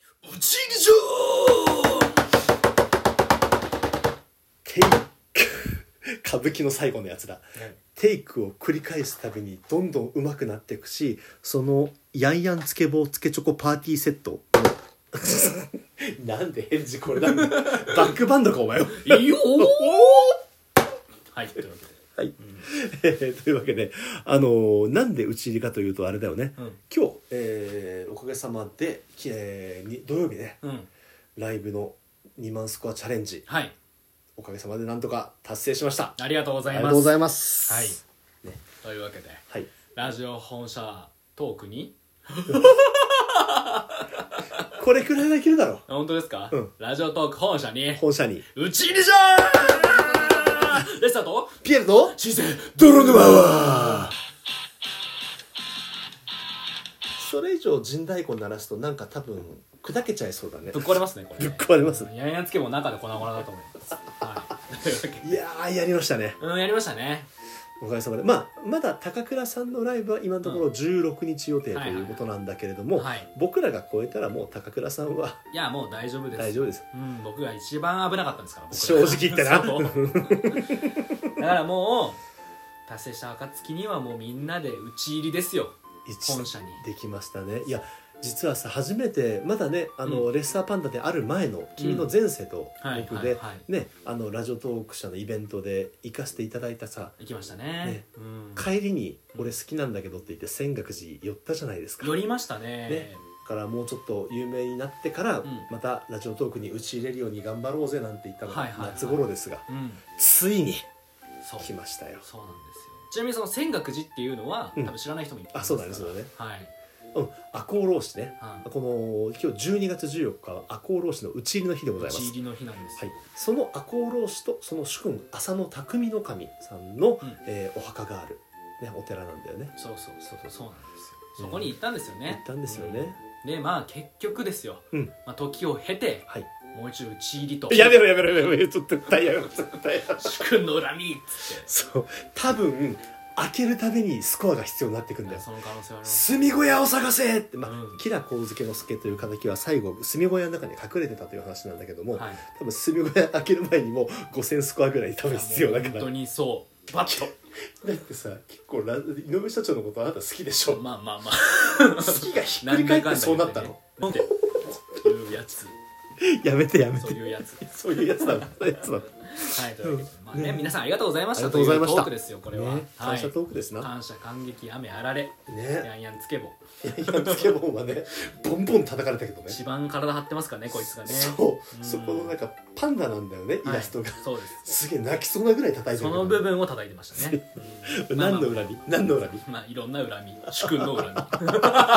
チリジテイク 歌舞伎の最後のやつだテイクを繰り返すたびにどんどん上手くなっていくしそのヤンヤンつけ棒つけチョコパーティーセット なんで返事これなんだ バックバンドかお前はョーいいよーはいというわけではい、えー というわけで、あのーなんで打ち入りかというとあれだよね、うん今日、えーおかげさまで、きえーに土曜日ねうんライブの2万スコアチャレンジはいおかげさまでなんとか達成しましたありがとうござあいりますがとうございますはい、ねというわけではいラジオ本社トークにこれくらいできるだろあ本当ですか、うんラジオトーク本社にう本社にうち入りじゃーんレスタートピエロと新生泥沼はそれ以上陣太鼓鳴らすとなんか多分砕けちゃいそうだねぶっ壊れますねこれぶっ壊れますねやんやんつけも中で粉々だと思いますはいというわけでいやーやりましたねうんやりましたねおかげさまで、まあ、まだ高倉さんのライブは今のところ16日予定ということなんだけれども、はい僕らが超えたらもう高倉さんはいやもう大丈夫です大丈夫ですうん僕が一番危なかったんですから僕正直言って なそうだからもう達成した暁にはもうみんなで打ち入りですよ一本社にできましたねいや実はさ初めてまだねあの、うレッサーパンダである前の君の前世とはい僕はいではいねあのラジオトーク社のイベントで行かせていただいたさ行きましたねねうん、帰りに「俺好きなんだけど」って言って仙岳寺寄ったじゃないですか寄りましたねねからもうちょっと有名になってからんまたラジオトークに打ち入れるように頑張ろうぜなんて言ったのはいがはいはい夏頃ですがうんついにそう来ましたよそうなんですよちなみにその仙岳寺っていうのは、うん多分知らない人もいっぱいいあますそうだからねそうだねはいうん赤穂浪士ねはいこの今日12月14日は赤穂浪士の打ち入りの日でござい打まちす入りの日なんですはよい、その赤穂浪士とその主君浅野匠の神さんの、うんえーお墓がある、ね、お寺なんだよねそうそうそうそうそうなんですよそこに行ったんですよね行ったんですよね、うんでまあ結局ですよ、うんまあ、時を経てはいもう一度打ち入りとやめろやめろやめろちょっと大変やめろちょっと大変主君の恨みっつってそう多分開けるためにスコアが必要になってくんだよその可能性はあります炭小屋を探せって、まあうん吉良上野介という敵は最後炭小屋の中に隠れてたという話なんだけども、はい多分炭小屋開ける前にもう5000スコアぐらい多分必要だか本ら当にそうバッだってさ結構ラ井上社長のことあなた好きでしょとまあまあまあ好きがひっくり返ってそうなったの、なんだかんだ言ってねそういうやつやめてやめそうていうやつそういうやつだそういうやつだあはいというわけで、まあねね皆さんありがとうございましりたがとうございましとたうトークですよこれは、ねは感い謝トークですな、感謝感激雨あられやねんやんつけ棒いやつけ棒はねボンボン叩かれたけどね一番体張ってますからねこいつがねそう、うんそこのなんかパンダなんだよねイラストが、はいそうですすげえ泣きそうなぐらい叩いてそるの部分を叩いてました ね、うん何の恨み、何の恨み、まあいろんな恨み主君の 恨み主君の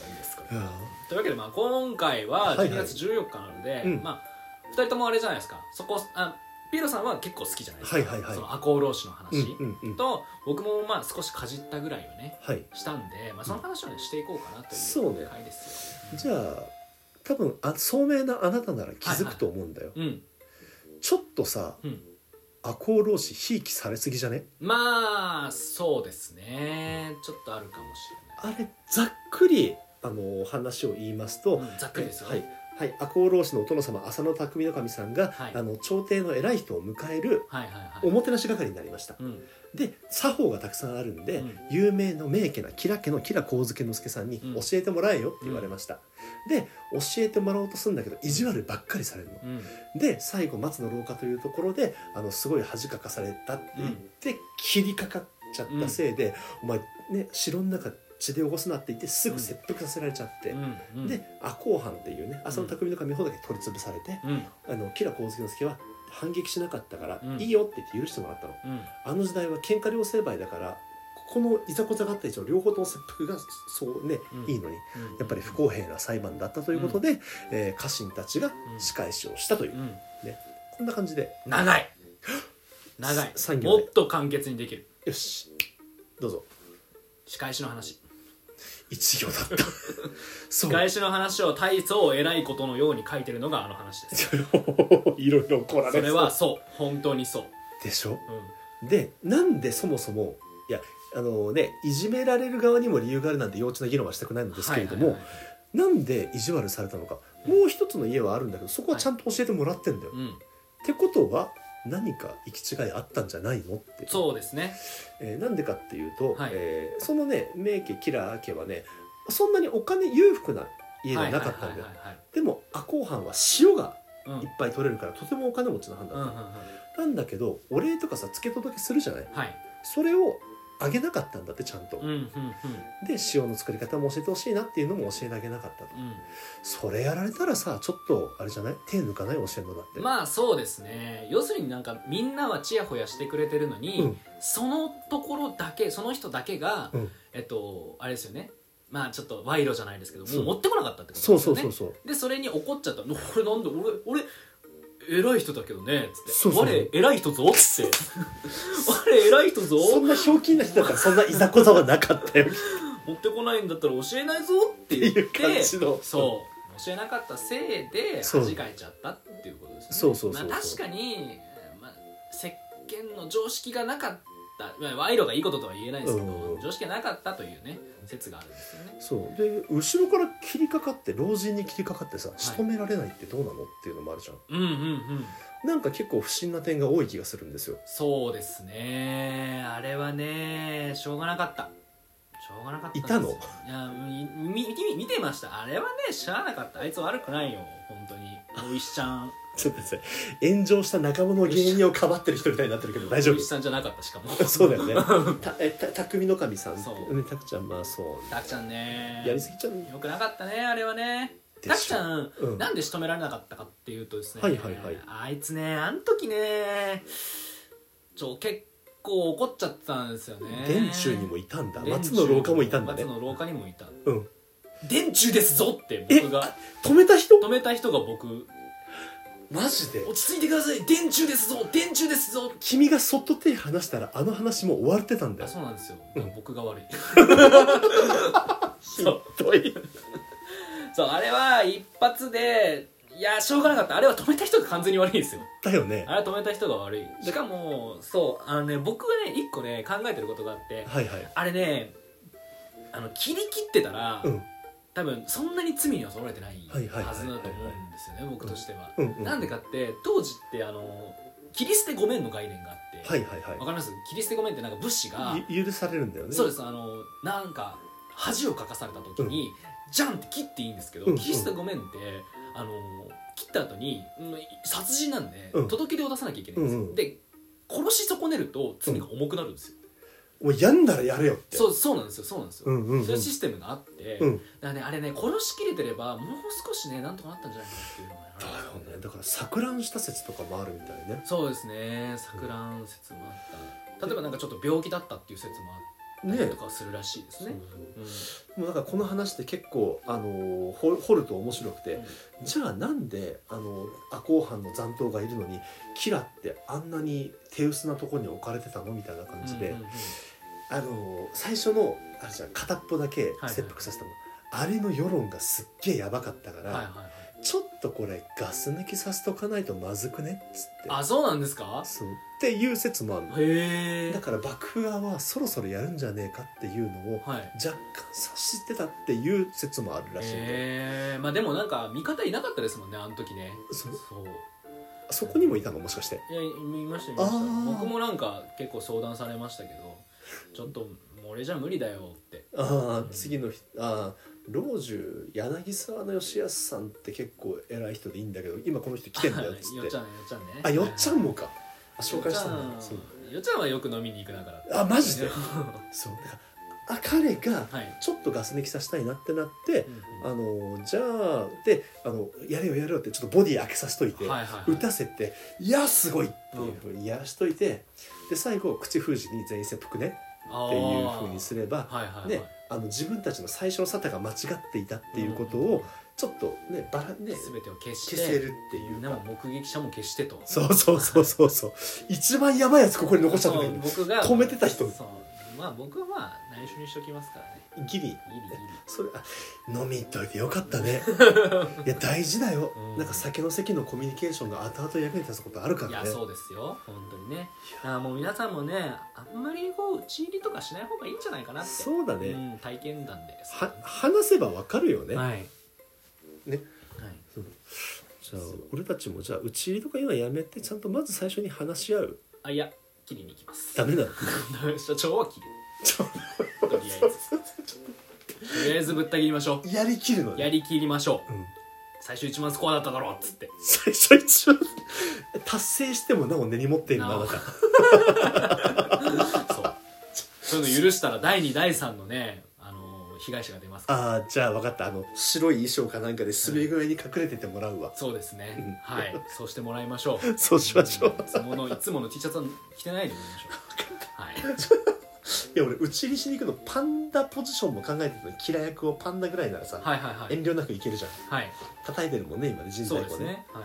恨みですこれというわけで、まあ、今回ははい12はい月14日なので、うんまあ、2人ともあれじゃないですかそこあピエロさんは結構好きじゃないですか、はいはいはいその赤穂浪士のうん話、うんうんと僕もまあ少しかじったぐらいをねはいしたんで、まあ、その話を、ね、していこうかなとそういねう回ですよ。じゃあ多分あ聡明なあなたなら気づくと思うんだよ、うん、ちょっとさうん、赤穂浪士ひいきされすぎじゃねまあそうですねちょっとあるかもしあれざっくりあの話を言いますと、れない、うん、ざっくりですよ、はい、はい、赤穂浪士のお殿様浅野匠の神さんが、はいあの朝廷の偉い人を迎えるはいはいはいおもてなし係になりました、うんで作法がたくさんあるんで、うん有名の名家な吉良家の吉良上野介さんにうん教えてもらえよって言われました、で教えてもらおうとするんだけど意地悪ばっかりされるの、うんで最後松の廊下というところであのすごい恥かかされたって言って、切りかかっちゃったせいで、お前ね城の中血で汚すなって言ってすぐ切腹させられちゃって、うんうんで赤穂藩っていうね浅野匠の神方だけ取り潰されて、うんあの吉良上野介は反撃しなかったから、うんいいよって言って許してもらったのうんあの時代は喧嘩両成敗だからここのいざこざがあった以上両方とも切腹がそうね、うんいいのにうんやっぱり不公平な裁判だったということで、えー家臣たちが仕返しをしたという、うんこんな感じで長い長いさ産業もでっと簡潔にできるよしどうぞ仕返しの話一行だ ったそ仕う 返しの話を大層偉いことのように書いてるのがあの話ですいろいろ怒られそそうれはそう本当にそう、でしょうんでなんでそもそもいやあのねいじめられる側にも理由があるなんて幼稚な議論はしたくないのですけれどはも、いはいはいなんで意地悪されたのかもう一つの家はあるんだけどそこはちゃんと教えてもらってんだよ、うん、ってことは何か行き違いあったんじゃないのってそうですねえーなんでかっていうと、はいえーそのね名家キラー家はねそんなにお金裕福な家ではなかったんだよ、はいはいはいでも赤穂藩は塩がはいいっぱい取れるからとてもお金持ちの藩だうんっうんた、うんうんなんだけどお礼とかさ付け届けするじゃないはいそれをあげなかったんだってちゃんと、うんうんうんで塩の作り方も教えてほしいなっていうのも教えてあげなかったと、それやられたらさちょっとあれじゃない手抜かない教えるのだっうて、んまあそうですね要するになんかみんなはチヤホヤしてくれてるのに、うんそのところだけその人だけが、うんえっとあれですよねまあちょっと賄賂じゃないですけどそもうう持ってこなかったってことですそようねそうそうそうでそれに怒っちゃった の「俺なんで俺俺偉い人だけどね」つってそうそう我偉い人ぞ」っつ って「我偉い人ぞそんなひょうきんな人だからそんないざこざはなかったよ持ってこないんだったら教えないぞ」って言っっていうて感じのそう教えなかったせいでそう恥かいちゃったっていうことですよねそうそうそうそうまあ、確かに、まあ、石鹸の常識がなかった、まあ、賄賂がいいこととは言えないですけど、うん常識がなかったというね説があるんですよねそうで後ろから切りかかって老人に切りかかってさ仕留められないってどうなのっていうのもあるじゃんうんうんうんなんか結構不審な点が多い気がするんですよそうですねあれはねしょうがなかったしょうがなかったんですいたのいやみみ見てましたあれはね知らなかったあいつ悪くないよ本当にお石ちゃんちょっと待って炎上した仲間の芸人をかばってる人みたいになってるけど 大丈お石夫さんじゃなかったしかもそうだよね たえた匠の神さんそうねたくちゃんまあそうたくちゃんねやりすぎちゃうんよくなかったねあれはねでしょたくちゃん、うんなんで仕留められなかったかっていうとですね、はいはいはいあいつねあの時ねちょ結構怒っちゃってたんですよね電柱にもいたんだ松の廊下もいたんだね松の廊下にもいたうん電柱ですぞってえ僕が止めた人止めた人が僕マジで落ち着いてください電柱ですぞ電柱ですぞ君がそっと手離したらあの話も終わってたんだあよそうなんですよ、うん僕が悪い ひそうどいそうあれは一発でいやしょうがなかったあれは止めた人が完全に悪いんですよだよねあれは止めた人が悪いしかもそうあのね僕がね一個ね考えてることがあってはいはいあれねあの切り切ってたら、うん多分そんなに罪には取られてないははいずはいはいはいだと思うんですよね僕としては、うんうんなんでかって当時ってあの切り捨てごめんの概念があって、はいはいはいわかります切り捨てごめんってなんか物資がゆ許されるんだよねそうですあのなんか恥をかかされた時に、じゃんって切っていいんですけど、うんうん切り捨てごめんってあの切った後にうん殺人なんで、うん届け出を出さなきゃいけないんですよ、うんうんで殺し損ねると罪が重くなるんですよ、もうやんだらやれよってそうそうなんですよそうなんですよ、うんうんうんそういうシステムがあって、うんだからねあれね殺しきれてればもう少しねなんとかなったんじゃないかなっていうのがだあるんですよよねねだから錯乱した説とかもあるみたいねそうですね錯乱説もあった例えばなんかちょっと病気だったっていう説もあったりねとかするらしいですねうんもうだからこの話って結構、あのーほ掘ると面白くて、じゃあなんで、あのー赤穂藩の残党がいるのにキラってあんなに手薄なところに置かれてたのみたいな感じで、うんうんうんあのー最初のあれじゃん片っぽだけはい切腹させたの、あれの世論がすっげえやばかったかはら、いはいはいちょっとこれガス抜きさせとかないとまずくねっつってあそうなんですかそうっていう説もあるのへだえから幕府側はそろそろやるんじゃねえかっていうのをはい若干察してたっていう説もあるらしいんだよへえまあでもなんか味方いなかったですもんねあの時ねそそうそこにもいたのもしかしていや見ました見まあしたー僕もなんか結構相談されましたけどちょっともう俺じゃ無理だよってああ次の日ああ老中柳沢の義康さんって結構偉い人でいいんだけど今この人来てんだ よっつよっっちてゃんよっちゃんねあよっちゃんもかあよ紹っちゃん介したんだそうよっちゃんはよく飲みに行くだからあマジではそうだからあ彼がいちょっとガス抜きさせたいなってなってう、んあのじゃあであのやれよやれよってちょっとボディ開けさせといて、うんはいはい打たせて「いやすごい!」っていうふうにやらしといて、で最後口封じに全員切腹ねあーっていうふうにすれば、はいはいはいね、あの自分たちの最初の沙汰が間違っていたっていうことをちょっとねバラね全てを消して消せるっていみうんなも目撃者も消してとそうそうそうそうそう一番やばいやつここに残しちゃったけそう僕どが止めてた人そうまあ僕はまあ内緒にしときますからねギギリリギリそれあ飲みに行っといてよかった ねいや大事だよ、うんなんか酒の席のコミュニケーションが後々役に立つことあるかいらやねそうですよ本当にねあもう皆さんもねあんまりこう打ち入りとかしない方がいいんじゃないかなってそうだね、うん、体験談では話せばわかるよね、はいねはいじゃあ俺たちもじゃあ打ち入りとかいうのはやめてちゃんとまず最初に話し合うあいや切りに行きます ダメなの社長は切るとりあえずとりあえずぶった切りましょやりきるのうやり切りましょう、うん最初一番スコアだっただろうっつって最 初一番達成してもなお根に持っているなあなたそうそういうの許したら第2第3のねあの被害者が出ますからああじゃあ分かったあの白い衣装かなんかで滑り具合に隠れててもらうわ、そうですね、はいそうしてもらいましょうそうしましょうんいつものいつもの T シャツは着てないでもらいましょうはいいや俺打ち入りしに行くのパンダポジションも考えてたのキラ役をパンダぐらいならさ、はいはいはい遠慮なくいけるじゃんはい叩いてるもんね今ね人そう材でこすうねねはい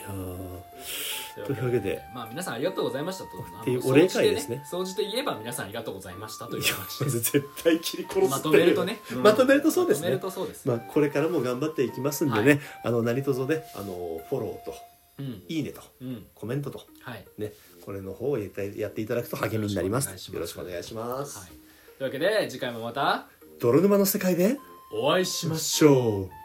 いやーとというわ けでまあ皆さんありがとうございましたとっていうお礼会ですね総じて言えば皆さんありがとうございましたという話まですず絶対切り殺すまとめるとねうんまとめるとそうですまとめねるとそうですまあこれからも頑張っていきますんでね、はあの何卒ねあのフォローとうんいいねとうんコメントとはいねこれの方をやってやっていただくと励みになりますよよろろししくくおお願いします、はいというわけで次回もまた泥沼の世界でお会いししましょうましょう